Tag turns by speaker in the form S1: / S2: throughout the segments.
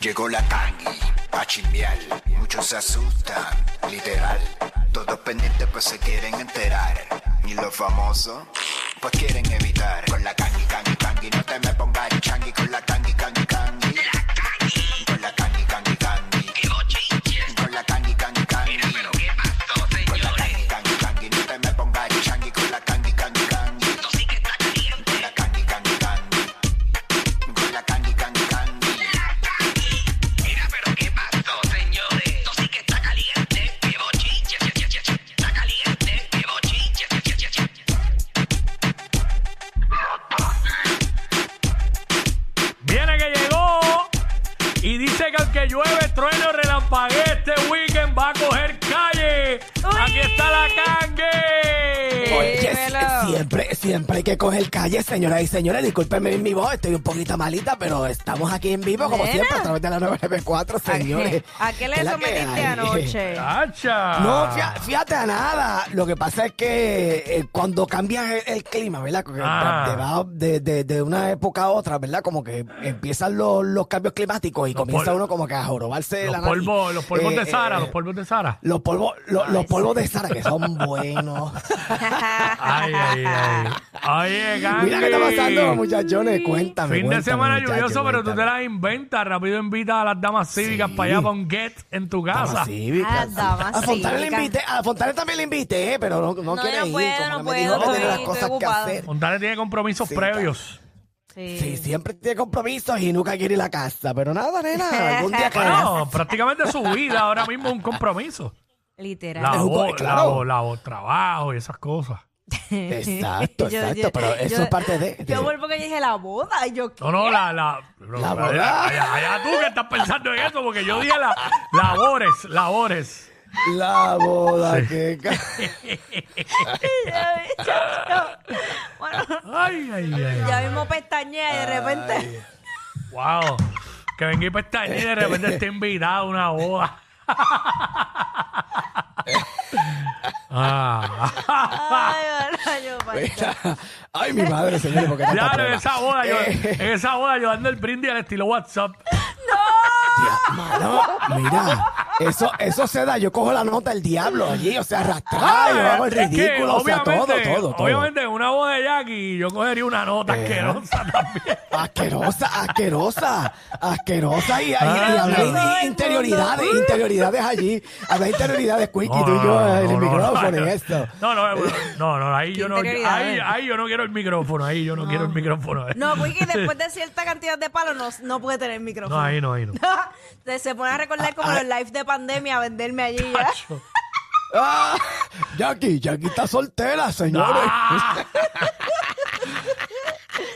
S1: Llegó la tangi, pa' chimbiar, muchos se asustan, literal. Todos pendientes pues se quieren enterar, y los famosos pues quieren evitar. Con la tangi, tangi, tangi, no te me pongas changi, con la tangi, tangi, tangi. Con la tangi, tangi, tangi. Con la tangi, tangi, tangi. Con la tangi, tangi, tangi, no te me pongas changi, con la tangi, tangi, tangi. Con la tangi, tangi, tangi. Con la tangi, tangi, tangi.
S2: Mira, pero qué pasó, señores. Esto sí que está caliente, qué bochinche, che, che, che, che. Está caliente, qué bochinche, che, che, che, che.
S3: Viene que llegó y dice que aunque llueve, trueno, relampaguee, este weekend va a coger calle. Aquí está la cangue.
S4: Oye, siempre, siempre hay que coger calle, señoras y señores. Discúlpenme mi voz, estoy un poquito malita, pero estamos aquí en vivo, como
S5: Nena.
S4: siempre, a través de la 994, señores.
S5: ¿A qué
S4: Es
S5: le
S4: la que
S5: sometiste
S4: hay.
S5: anoche?
S3: ¡Hacha!
S4: No, fía- fíjate a nada. Lo que pasa es que eh, cuando cambia el, el clima, ¿verdad? Porque
S3: Ah.
S4: de- debajo de, de- de una época a otra, ¿verdad? Como que empiezan los, los cambios climáticos y comienza
S3: pol-
S4: uno como que a jorobarse
S3: Los
S4: la nariz.
S3: polvos, los polvos
S4: Eh,
S3: de Sara,
S4: eh,
S3: los polvos de Sara.
S4: los polvos, los, los polvos de Sara que son buenos.
S3: Ay, ay, ay. Oye, cangue.
S4: eh. Mira qué está pasando, muchachones. Cuéntame.
S3: Fin de
S4: cuéntame,
S3: semana
S4: muchacho,
S3: lluvioso, pero tú te
S4: cuéntame.
S3: las inventas. Rápido invita a las damas cívicas
S4: Sí.
S3: para allá para un get en tu casa.
S4: Damas cívicas,
S5: Ah,
S4: sí.
S5: damas
S4: a Fontana le
S5: cívicas.
S4: invité, a Fontana también le invité, eh, pero no, no,
S5: No,
S4: quiere
S5: yo no
S4: ir.
S5: puedo,
S4: como
S5: no
S4: que me
S5: puedo,
S4: dijo que
S5: estoy-
S4: tiene las
S5: estoy
S4: cosas que
S5: ocupada.
S4: hacer.
S3: Fontana tiene compromisos
S4: Sí,
S3: previos.
S4: Sí, siempre tiene compromisos y nunca quiere ir a casa. Pero nada, nena, algún día caerá.
S3: Bueno, prácticamente su vida ahora mismo es un compromiso.
S5: Literal.
S3: La
S4: Es un co-
S3: voz, la
S4: claro.
S3: voz, la voz, trabajo y esas cosas.
S4: Exacto,
S5: Yo-
S4: exacto,
S5: yo-
S4: pero eso
S5: yo-
S4: es parte de...
S5: Yo vuelvo que dije la boda. y yo,
S3: No, no, la, la,
S4: La boda.
S3: allá- allá- allá tú que estás pensando en eso, porque yo dije la, labores, labores.
S4: La boda que...
S5: bueno,
S3: Ay, ay, ay.
S5: ya mismo pestañea y de repente.
S3: Wow. Que venga y pestañe y de repente esté invitado a una boda. ah.
S5: Ay, bueno, yo, pues.
S3: Pues.
S5: pacho.
S4: Ay, mi madre, señor, porque tanta
S3: Ya, en
S4: prueba.
S3: esa boda, yo,
S4: Eh,
S3: en esa boda, yo dando el brindis al estilo WhatsApp.
S4: tía, mano, mira, eso, eso se da. Yo cojo la nota del diablo allí, o sea, arrastrado, yo hago el
S3: Es que,
S4: ridículo, o sea, todo,
S3: obviamente,
S4: todo, Eh. todo.
S3: Obviamente, en una boda de Jackie, yo cogería una nota asquerosa también.
S4: Asquerosa, asquerosa, asquerosa. Y, y, y
S3: Ah,
S4: habrá in-
S5: todo el
S4: interioridades, interioridades allí. Habrá interioridades, Quickie, tú y yo en el micrófono en esto.
S3: No, no, no, no, no, ahí yo no,
S5: interioridad,
S3: ahí,
S5: eh.
S3: ahí yo no quiero el micrófono, ahí yo no, quiero el micrófono. eh.
S5: No, Wiki, después de cierta cantidad de palos, no, no puede tener micrófono.
S3: No, ahí no, ahí no.
S5: Se- Se pone a recordar como los lives de pandemia, a venderme allí ya.
S3: Tacho.
S4: Ah, Jackie, Jackie está soltera, señores.
S3: Ah.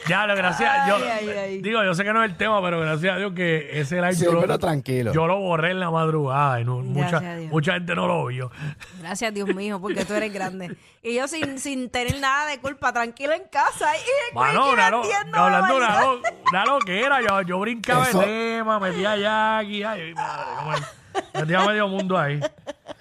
S3: Ya, lo gracias. Yo,
S5: Ay, ay, ay.
S3: Digo, yo sé que no es el tema, pero gracias a Dios que ese live
S4: Sí,
S3: yo, lo,
S4: pero tranquilo.
S3: yo lo borré en la madrugada y no- mucha,
S5: Gracias a Dios. Pues
S3: mucha gente no lo vio.
S5: Gracias, Dios mío, porque tú eres grande. Y yo sin, sin tener nada de culpa, tranquilo en casa. Y el
S3: Mano,
S5: Quickie
S3: una lo-
S5: vendiéndome
S3: hablando una,
S5: variedad.
S3: lo, una loquera, yo, yo brincaba
S4: Eso-
S3: el tema, metía allá, aquí, ay, madre, cómo me- metía medio mundo ahí.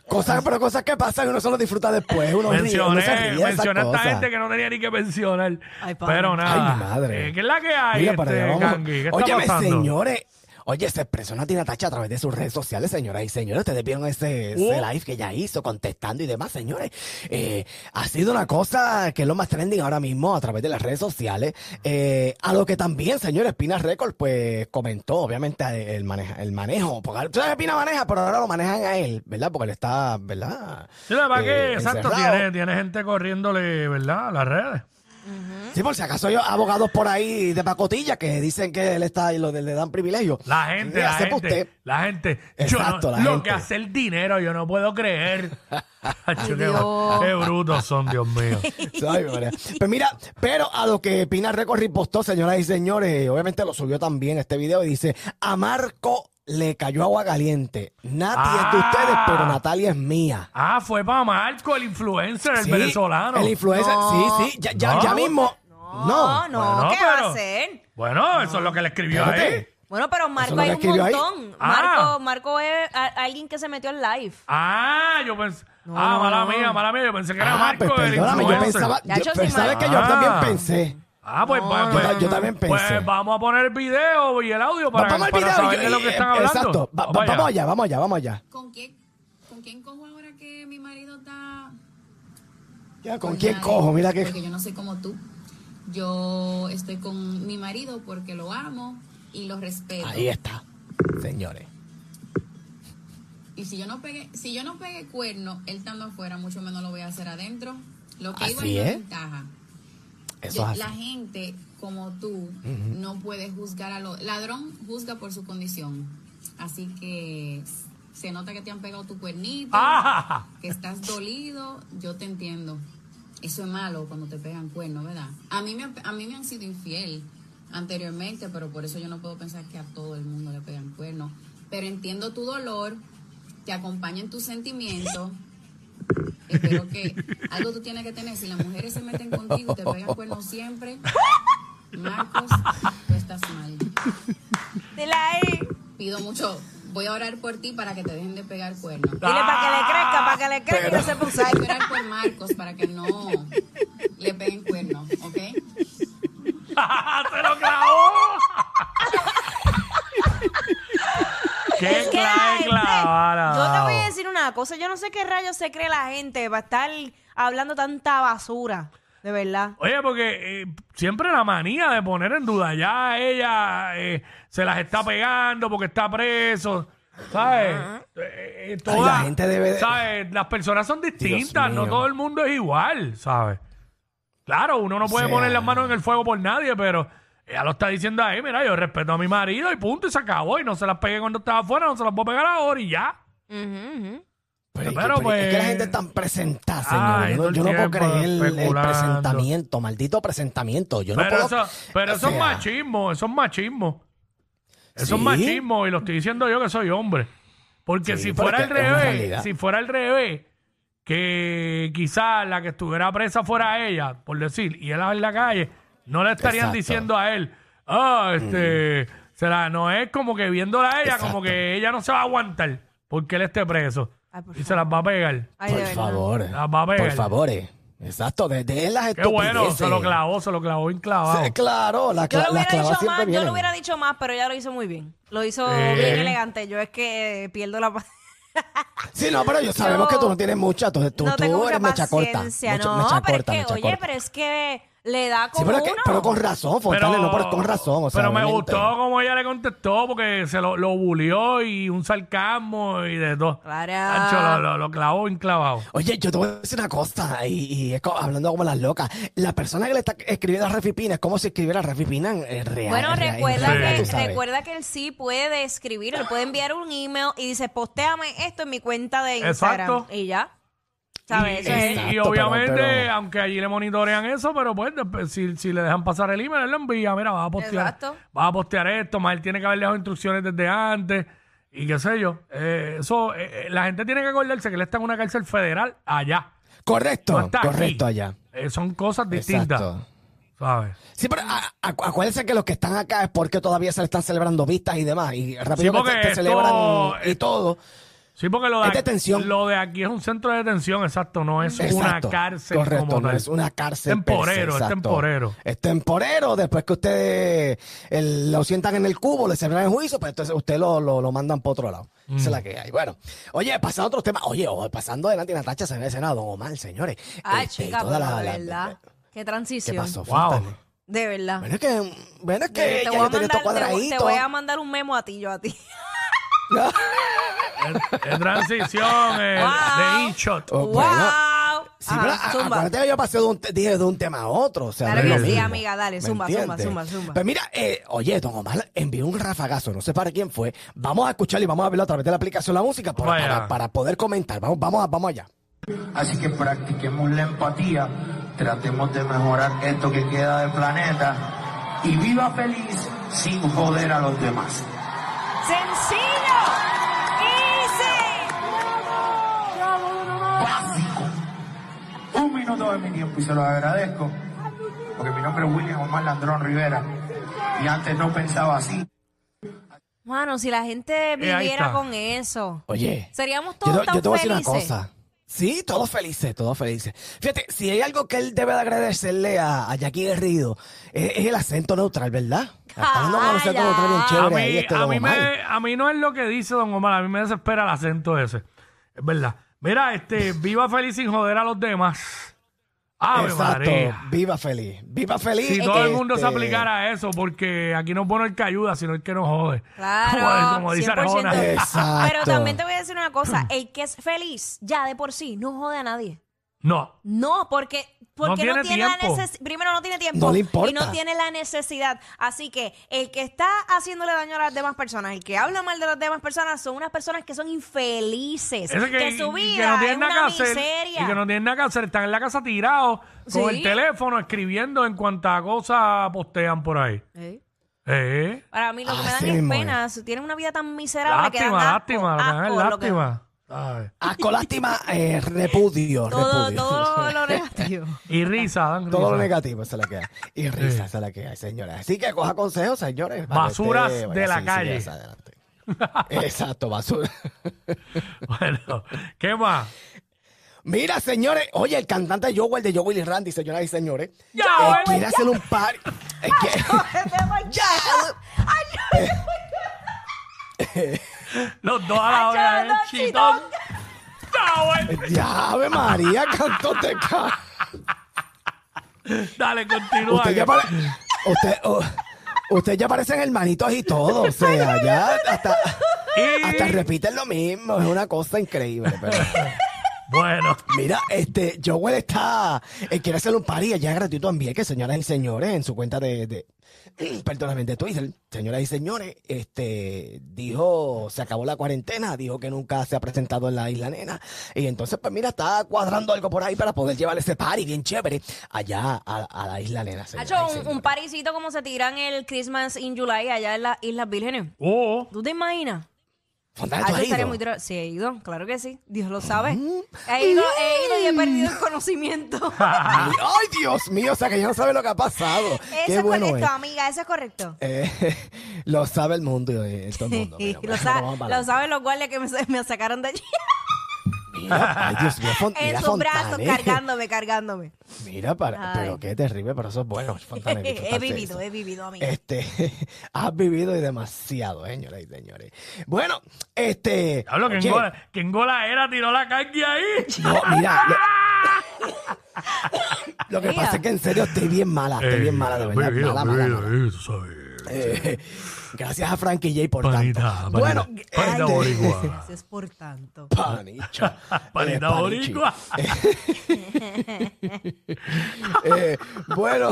S4: Cosas, pero cosas que pasan y uno solo disfruta después. Uno, ríe, uno se ríe
S3: Mencioné,
S4: de esas
S3: mencioné a esta
S4: cosas.
S3: gente que no tenía ni que mencionar.
S5: Ay, padre.
S3: pero nada.
S4: Ay, mi madre.
S3: Eh, ¿Qué es la que hay,
S4: Mira, para
S3: este,
S4: allá vamos.
S3: Gangui? ¿Qué está
S4: Óyeme,
S3: pasando?
S4: señores. Oye, se expresó Natina Tacha a través de sus redes sociales, señoras y señores. Ustedes vieron ese, ese
S3: Oh.
S4: live que ella hizo contestando y demás, señores. Eh, ha sido una cosa que es lo más trending ahora mismo a través de las redes sociales. Eh, a lo que también, señores, Pina Record, pues comentó, obviamente, eh, el, maneja- el manejo. Porque, tú sabes que Pina maneja, pero ahora lo manejan a él, ¿verdad? Porque él está, ¿verdad?
S3: Sí, la verdad que,
S4: Eh,
S3: exacto,
S4: encerrado.
S3: tiene, tiene gente corriéndole, ¿verdad? Las redes.
S4: Sí, por si acaso hay abogados por ahí de pacotilla que dicen que él está y lo, le dan privilegio.
S3: La gente,
S4: Sí,
S3: la
S4: sepa
S3: gente,
S4: usted.
S3: la gente. Yo
S4: Exacto,
S3: no-
S4: la
S3: lo
S4: gente.
S3: que hace el dinero, yo no puedo creer. Hacho, qué,
S5: Dios.
S3: qué brutos son, Dios mío.
S4: Ay, María. Pues mira, pero a lo que Pina Record ripostó, señoras y señores, obviamente lo subió también este video y dice, a Marco le cayó agua caliente. Nati es de
S3: Ah.
S4: ustedes, pero Natalia es mía.
S3: Ah, fue para Marco, el influencer, el
S4: Sí,
S3: venezolano.
S4: El influencer, sí, sí, ya, ya,
S3: No.
S4: ya mismo.
S5: No,
S4: No.
S5: no,
S3: Bueno,
S5: ¿qué va a
S3: pero-
S5: hacer?
S3: Bueno, eso es lo que le escribió ahí.
S4: Espérate.
S5: Bueno, pero Marco
S4: no
S5: hay
S4: lo
S5: un
S4: escribió ahí.
S5: montón.
S3: Ah.
S5: Marco, Marco es a- alguien que se metió en live.
S3: Ah, yo pensé.
S5: No,
S3: ah,
S5: no,
S3: mala
S5: no.
S3: mía, mala mía. Yo pensé que era
S4: Ah,
S3: Marco
S4: pues
S3: el
S4: perdóname, yo
S3: influencer.
S4: pensaba,
S5: Ya, yo
S4: yo,
S5: sí,
S4: pues, ¿sabes
S5: Marco.
S4: que yo también
S3: Ah.
S4: pensé?
S3: Ah, pues, pues,
S4: yo,
S3: pues,
S4: ta- yo también pensé.
S3: Pues vamos a poner el video y el audio para,
S4: vamos al
S3: para
S4: video.
S3: saber
S4: y yo-
S3: de lo que
S4: eh,
S3: están hablando. Oh,
S4: Exacto, Va- va-
S3: Vamos allá.
S4: vamos allá, vamos allá, vamos allá.
S6: ¿Con quién? ¿Con quién cojo ahora que mi marido está?
S4: Ya, ¿Con quién
S6: nadie,
S4: cojo? Mira que...
S6: Porque yo no soy como tú. Yo estoy con mi marido porque lo amo y lo respeto.
S4: Ahí está, señores.
S6: Y si yo no pegué, si yo no pegué cuerno, él estando afuera, mucho menos lo voy a hacer adentro. Lo que
S4: Así
S6: iba es
S4: es.
S6: ventaja.
S4: Eso
S6: Yo-
S4: es así.
S6: la gente como tú no puede juzgar a los ladrón juzga por su condición. Así que se nota que te han pegado tu cuernito.
S3: Ah,
S6: que estás dolido, yo te entiendo. Eso es malo cuando te pegan cuernos, ¿verdad? A mí me, a mí me han sido infiel anteriormente, pero por eso yo no puedo pensar que a todo el mundo le pegan cuernos. Pero entiendo tu dolor, te acompaño en tus sentimientos. Espero que algo tú tienes que tener. Si las mujeres se meten contigo y te pegan cuernos siempre, Marcos, tú estás mal.
S5: Dile ahí.
S6: Pido mucho, voy a orar por ti para que te dejen de pegar cuernos.
S5: Dile para que
S4: Ah.
S5: le crezca, para que le crezca y no se
S6: Hay que
S5: puse.
S6: orar por Marcos para que no le peguen cuernos, ¿ok?
S3: se lo clavó. Qué
S5: Es que la
S3: clave
S5: gente-
S4: Ah.
S3: clavada.
S5: Yo te voy a decir una cosa. Yo no sé qué rayos se cree la gente para estar hablando tanta basura. De verdad.
S3: Oye, porque eh, siempre la manía de poner en duda ya ella eh, se las está pegando porque está preso, ¿sabes? Eh, eh, toda-
S4: la gente debe de-
S3: ¿sabes? Las personas son distintas, no
S4: mío.
S3: todo el mundo es igual, ¿sabes? Claro, uno no puede
S4: sea-
S3: poner las manos en el fuego por nadie, pero ella lo está diciendo ahí, mira, yo respeto a mi marido y punto, y se acabó, y no se las pegué cuando estaba afuera, no se las voy a pegar ahora y ya.
S4: Pero, es que-
S3: Pero,
S4: pero es que
S3: pues- ah,
S4: la gente es tan presentada,
S3: Ay,
S4: señor. Yo
S3: todo
S4: no,
S3: el
S4: yo no puedo
S3: tiempo
S4: creer el- el,
S3: especulando.
S4: presentamiento, maldito presentamiento. Yo no
S3: Pero,
S4: puedo.
S3: eso, pero
S4: o
S3: eso es
S4: sea,
S3: machismo, eso es machismo. Eso es
S4: Sí.
S3: machismo y lo estoy diciendo yo que soy hombre. Porque
S4: Sí,
S3: si
S4: pero
S3: fuera
S4: es
S3: al
S4: que es una
S3: revés,
S4: realidad.
S3: si fuera al revés, que quizás la que estuviera presa fuera ella, por decir, y él en la calle, no le estarían
S4: Exacto. Mm.
S3: diciendo a él, ah, este, será, no es como que viéndola a ella, como
S4: Exacto.
S3: que ella no se va a aguantar porque él esté preso
S5: Ay, por
S3: y se las va a pegar.
S5: Ay, de
S4: Por
S5: verdad.
S4: favor.
S3: La Ah, va a pegar.
S4: Por favor. eh. Exacto. De, de las
S3: Qué bueno, se lo
S4: estupideces.
S3: clavó, se lo clavó enclavado.
S4: Sí, claro, la,
S5: Yo
S4: cla-
S5: lo
S4: las
S5: hubiera
S4: clavas
S5: dicho
S4: siempre
S5: más, yo
S4: vienen.
S5: lo hubiera dicho más, pero ella lo hizo muy bien. Lo hizo
S3: Sí.
S5: bien elegante. Yo es que eh, pierdo la paciencia.
S4: Sí, no, pero yo sabemos
S5: Yo-
S4: que tú no tienes mucha, entonces tú,
S5: no
S4: tú
S5: tengo mucha
S4: eres mecha corta.
S5: paciencia.
S4: Mecha-
S5: no,
S4: mecha
S5: pero
S4: corta,
S5: es que,
S4: mecha
S5: oye,
S4: corta.
S5: pero es que le da
S4: Sí,
S5: como
S4: pero, es que-
S5: uno.
S4: pero con razón, Fontale, no, pero es con razón. O sea,
S3: pero me
S4: obviamente.
S3: gustó como ella le contestó porque se lo, lo bulió y un sarcasmo y de todo.
S5: Claro.
S3: Ancho, lo, lo, lo clavó enclavado.
S4: Oye, yo te voy a decir una cosa, y, y es co- hablando como las locas. La persona que le está escribiendo a Refipina es como si escribiera a Refipina en, en real.
S5: Bueno,
S4: en real- en
S5: recuerda,
S3: Sí.
S4: realidad,
S5: que,
S4: tú sabes.
S5: recuerda que él sí puede escribir, él puede enviar un email y dice, postéame esto en mi cuenta de Instagram.
S3: Exacto.
S5: Y ya. ¿Sabes?
S3: Y,
S5: Eso es.
S3: y- y
S4: Exacto,
S3: obviamente,
S4: pero- pero-
S3: aunque allí le monitorean eso, pero pues después, si, si le dejan pasar el email, él lo envía. Mira, vas a postear.
S5: Exacto.
S3: Vas a postear esto, más él tiene que haber dejado instrucciones desde antes. Y qué sé yo. Eh, eso, eh, eh, la gente tiene que acordarse que él está en una cárcel federal allá.
S4: Correcto,
S3: No está aquí.
S4: correcto allá.
S3: Eh, son cosas distintas.
S4: Exacto.
S3: ¿Sabes?
S4: Sí, pero a- a- acuérdense que los que están acá es porque todavía se le están celebrando vistas y demás. Y rápido
S3: Sí,
S4: que
S3: porque
S4: se, que
S3: esto-
S4: celebran y todo.
S3: Sí, porque lo de,
S4: Es
S3: aquí-
S4: detención.
S3: lo de aquí es un centro de detención, exacto, no es
S4: Exacto,
S3: una cárcel
S4: correcto,
S3: como
S4: no
S3: tal.
S4: es una cárcel per se,
S3: Temporero, es
S4: exacto.
S3: temporero.
S4: Es temporero, después que ustedes el- lo sientan en el cubo, le celebran el juicio, pues entonces ustedes lo, lo, lo mandan para otro lado. Esa es
S3: Mm.
S4: la que hay. Bueno, oye, pasando a otros temas, oye, oh, pasando de Nati Natacha, se ve el Senado, Don Omar, señores.
S5: Ay,
S4: Este, y
S5: Ah, chica,
S4: toda
S5: pero
S4: la-
S5: de
S4: la-
S5: verdad. Qué
S4: ¿Qué
S5: transición.
S4: pasó?
S3: Wow.
S4: Cuéntame.
S5: De verdad.
S4: Bueno, es que, bueno, es que
S5: Te
S4: ya
S5: voy a
S4: yo tenía esto
S5: mandar- te voy- te
S4: cuadradito.
S5: voy a mandar un memo a ti, yo a ti.
S3: Es, es transición eh,
S5: Wow.
S3: de inshot.
S4: Oh,
S5: ¡Wow!
S4: bueno. Sí,
S5: Ajá,
S4: pero a-
S5: Ah, zumba.
S4: acuérdate que yo pasé de un, te- dije de un tema a otro. O sea,
S5: Claro
S4: no es
S3: que
S4: lo
S3: sí,
S4: mismo.
S5: amiga, dale,
S4: ¿Me
S5: zumba, zumba,
S4: entiendes?
S5: zumba, zumba.
S4: Pues mira, eh, oye, Don Omar envió un rafagazo, no sé para quién fue. Vamos a escucharlo y vamos a verlo a través de la aplicación La Música por-
S3: Vaya.
S4: para, para poder comentar. Vamos, vamos, a- vamos allá.
S7: Así que practiquemos la empatía, tratemos de mejorar esto que queda del planeta y viva feliz sin joder a los demás.
S5: ¡Sencillo! ¡Easy!
S7: Básico. Un minuto de mi tiempo y se lo agradezco, porque mi nombre es William Omar Landrón Rivera y antes no pensaba así.
S5: Mano, si la gente
S3: Eh, ahí
S5: viviera
S3: está.
S5: con eso,
S4: Oye.
S5: seríamos
S4: yo,
S5: todos
S4: te-
S5: tan
S4: yo te voy a
S5: felices.
S4: decir una cosa. Sí, todos felices, todos felices. Fíjate, si hay algo que él debe de agradecerle a, a Jackie Guerrido, es, es el acento neutral, ¿verdad?
S5: Ah,
S4: Está dando un acento
S5: Calla.
S4: neutral bien
S3: A
S4: chévere ahí
S3: mí,
S4: este
S3: a,
S4: Don
S3: mí
S4: Omar.
S3: me, a mí no es lo que dice Don Omar, a mí me desespera el acento ese. Es verdad. Mira, este, viva feliz sin joder a los demás. Ave
S4: Exacto.
S3: María.
S4: Viva feliz. Viva feliz.
S3: Si todo el
S4: este,
S3: mundo se aplicara a eso, porque aquí no pone el que ayuda, sino el que nos jode.
S5: Claro,
S3: Como, como dice
S5: 100%.
S3: Arjona.
S4: Exacto.
S5: Pero también te voy a decir una cosa, el que es feliz ya de por sí no jode a nadie.
S3: No.
S5: No, porque, porque no
S3: tiene
S5: tiene, la
S3: tiempo.
S5: necesidad. Primero, no tiene tiempo.
S4: No le importa.
S5: Y no tiene la necesidad. Así que el que está haciéndole daño a las demás personas, el que habla mal de las demás personas, son unas personas que son infelices.
S3: Eso
S5: que, su vida
S3: que no tienen
S5: es
S3: nada que
S5: una
S3: hacer,
S5: miseria.
S3: Y que no tienen nada que hacer. Están en la casa tirados con
S5: Sí.
S3: el teléfono escribiendo en cuanta cosa postean por ahí.
S5: ¿Eh?
S3: Eh.
S5: Para mí lo que me
S4: Así
S5: dan es
S4: mismo es.
S5: pena. su- Tienen una vida tan miserable que dan
S3: Lástima,
S5: asco,
S3: lástima. la verdad es
S5: asco lo que-
S3: lástima. Ay.
S4: Asco, Ah, lástima, eh, repudio.
S5: todo,
S4: repudio.
S5: todo lo negativo.
S3: Y risa, dan risa.
S4: Todo lo negativo se la queda. Y risa se la queda, señores. Así que coja consejos, señores. para que
S3: Basuras
S4: usted vaya
S3: de la
S4: así,
S3: calle.
S4: siga hacia adelante. Exacto, basura.
S3: Bueno, ¿qué más?
S4: Mira, señores. Oye, el cantante Joel de Joel y Randy, señoras y señores.
S3: Ya,
S4: eh,
S3: bueno,
S4: quiere
S3: ya.
S4: hacer un par. eh, que- Ya.
S3: Los dos a la hora,
S5: Ay,
S3: ¿eh?
S5: yo, no,
S3: Chitón. eh. No, bueno.
S4: Ya, Ave María, cantó te ca-
S3: Dale, continúa.
S4: Usted ya,
S3: que-
S4: pare- usted, oh, usted ya parecen hermanitos y todo. O sea, ya hasta,
S3: Y-
S4: hasta repiten lo mismo. Es una cosa increíble. pero-
S3: Bueno,
S4: Mira, este, Joel está. eh, quiere hacer un party allá gratuito en Vieques, señoras y señores, en su cuenta de. de perdóname, de Twitter. Señoras y señores, este, dijo, se acabó la cuarentena, dijo que nunca se ha presentado en la Isla Nena. Y entonces, pues mira, está cuadrando algo por ahí para poder llevar ese party bien chévere allá a, a la Isla Nena.
S5: Ha
S4: señoras y
S5: hecho un,
S4: señores.
S5: un parisito como se tiran el Christmas in July allá en las Islas Vírgenes.
S3: oh,
S5: ¿Tú te imaginas?
S4: Fontana,
S5: Ah,
S4: ¿tú
S5: yo
S4: has
S5: estaría
S4: ido? Mm.
S5: muy dro- Sí, he ido, claro que sí. Dios lo sabe. He ido, he ido y he perdido el conocimiento.
S4: Ay, Dios mío, o sea que ya no sabe lo que ha pasado. Qué
S5: eso
S4: bueno
S5: es correcto,
S4: es.
S5: amiga, eso es correcto.
S4: Eh, lo sabe el mundo y eh, todo el mundo.
S5: Sí,
S4: Mira,
S5: lo,
S4: bueno,
S5: sa-
S4: vamos para
S5: lo
S4: adelante.
S5: saben los guardias que me, sa- me sacaron de allí.
S4: Mira, ay, Dios mío, Fon-
S5: en
S4: mira
S5: sus brazos,
S4: Fontané.
S5: cargándome, cargándome.
S4: Mira, para,
S5: Ay.
S4: pero qué terrible, pero eso es bueno. Fontané, disfrutarse
S5: Eh, he vivido,
S4: eso.
S5: he vivido, amiga.
S4: Este, has vivido y demasiado, señoras y señores. Bueno, este.
S3: hablo que
S4: oye,
S3: engola, que engola era, tiró la carga ahí.
S4: no, mira. Lo, lo que
S5: Mira.
S4: pasa es que en serio estoy bien mala, estoy bien mala, de verdad.
S3: Bebida,
S4: mala, mala,
S3: bebida,
S4: mala.
S3: eh, tú sabes.
S4: Eh, gracias a Frankie J por
S3: Panita, panita,
S4: tanto. bueno,
S3: panita
S4: este-
S3: boricua.
S5: Eso es por tanto.
S4: Panicho.
S3: Panita
S4: Eh, panichi.
S3: boricua.
S4: Eh, bueno,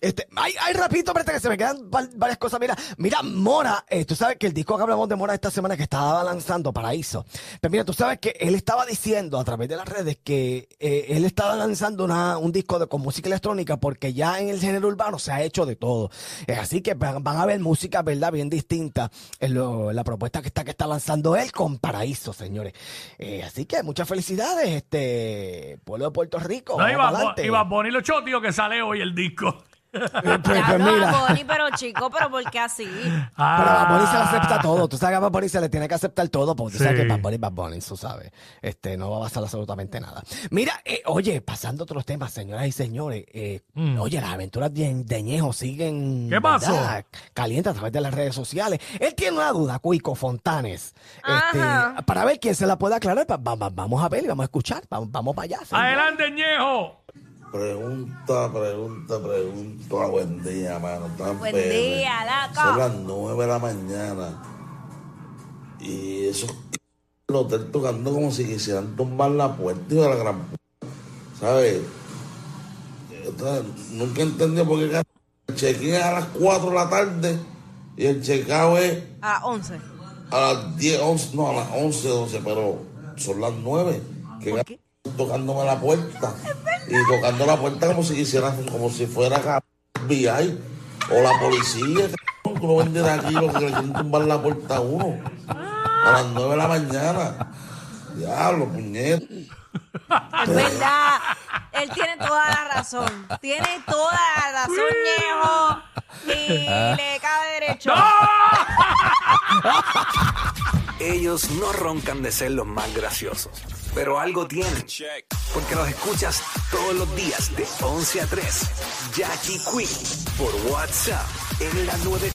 S4: este, ay, ay, rapidito, espérate que se me quedan val- varias cosas. Mira, mira, Mora, eh, tú sabes que el disco que hablamos de Mora esta semana que estaba lanzando, Paraíso. Pero mira, tú sabes que él estaba diciendo a través de las redes que eh, él estaba lanzando una- un disco de, con música electrónica porque ya en el género urbano se ha hecho de todo. Eh, así que van, van a ver música, ¿verdad? Bien distinta en lo- la propuesta que está, que está lanzando él con Paraíso, señores. Eh, así que muchas felicidades, este pueblo de Puerto Rico.
S3: No,
S4: vamos
S3: iba,
S4: pa'lante.
S3: iba a poner los chotios que sale hoy el disco.
S4: Pues, pues
S5: Ya no,
S4: mira.
S5: Bad Bunny, pero chico, pero ¿por qué así?
S4: Pero
S3: Ah,
S4: Bad Bunny se le acepta todo. Tú sabes que a Bad Bunny se le tiene que aceptar todo porque tú sabes
S3: Sí.
S4: que Bad Bunny es Bad Bunny, tú sabes. Este, no va a pasar absolutamente nada. Mira, eh, oye, pasando a otros temas, señoras y señores. eh, Oye, las aventuras de, de Ñejo siguen...
S3: Mm. ¿Qué pasó?
S4: ¿verdad? Caliente a través de las redes sociales. Él tiene una duda, Cuico Fontanes. este,
S5: Ajá.
S4: para ver quién se la puede aclarar. pa- va- va- vamos a ver y vamos a escuchar. Vamos, vamos para allá. señor.
S3: Adelante, ñejo.
S1: Pregunta, pregunta, pregunta. Buen día, mano. Tan
S5: Buen
S1: perre.
S5: día, loco.
S1: Son las nueve de la mañana. Y esos c- del hotel tocando como si quisieran tumbar la puerta y de la gran p- ¿Sabes? Entonces, nunca entendí por qué car- el check-in es a las 4 de la tarde y el check-out es
S5: A las 11.
S1: a las 10, 11, no, a las 11, 12, pero son las 9. Que
S5: ¿Por qué?
S1: tocándome la puerta y tocando la puerta como si quisieran, como si fuera ca- FBI o la policía. c- Que uno vende de aquí lo que le quieren tumbar la puerta a uno a las 9 de la mañana. Diablo, puñet.
S5: Es verdad. Él tiene toda la razón. Tiene toda la razón, Ñejo. Y le cabe derecho.
S8: Ellos no roncan de ser los más graciosos, pero algo tienen. Porque los escuchas todos los días de 11 a 3. Jackie Quinn por WhatsApp en la 9.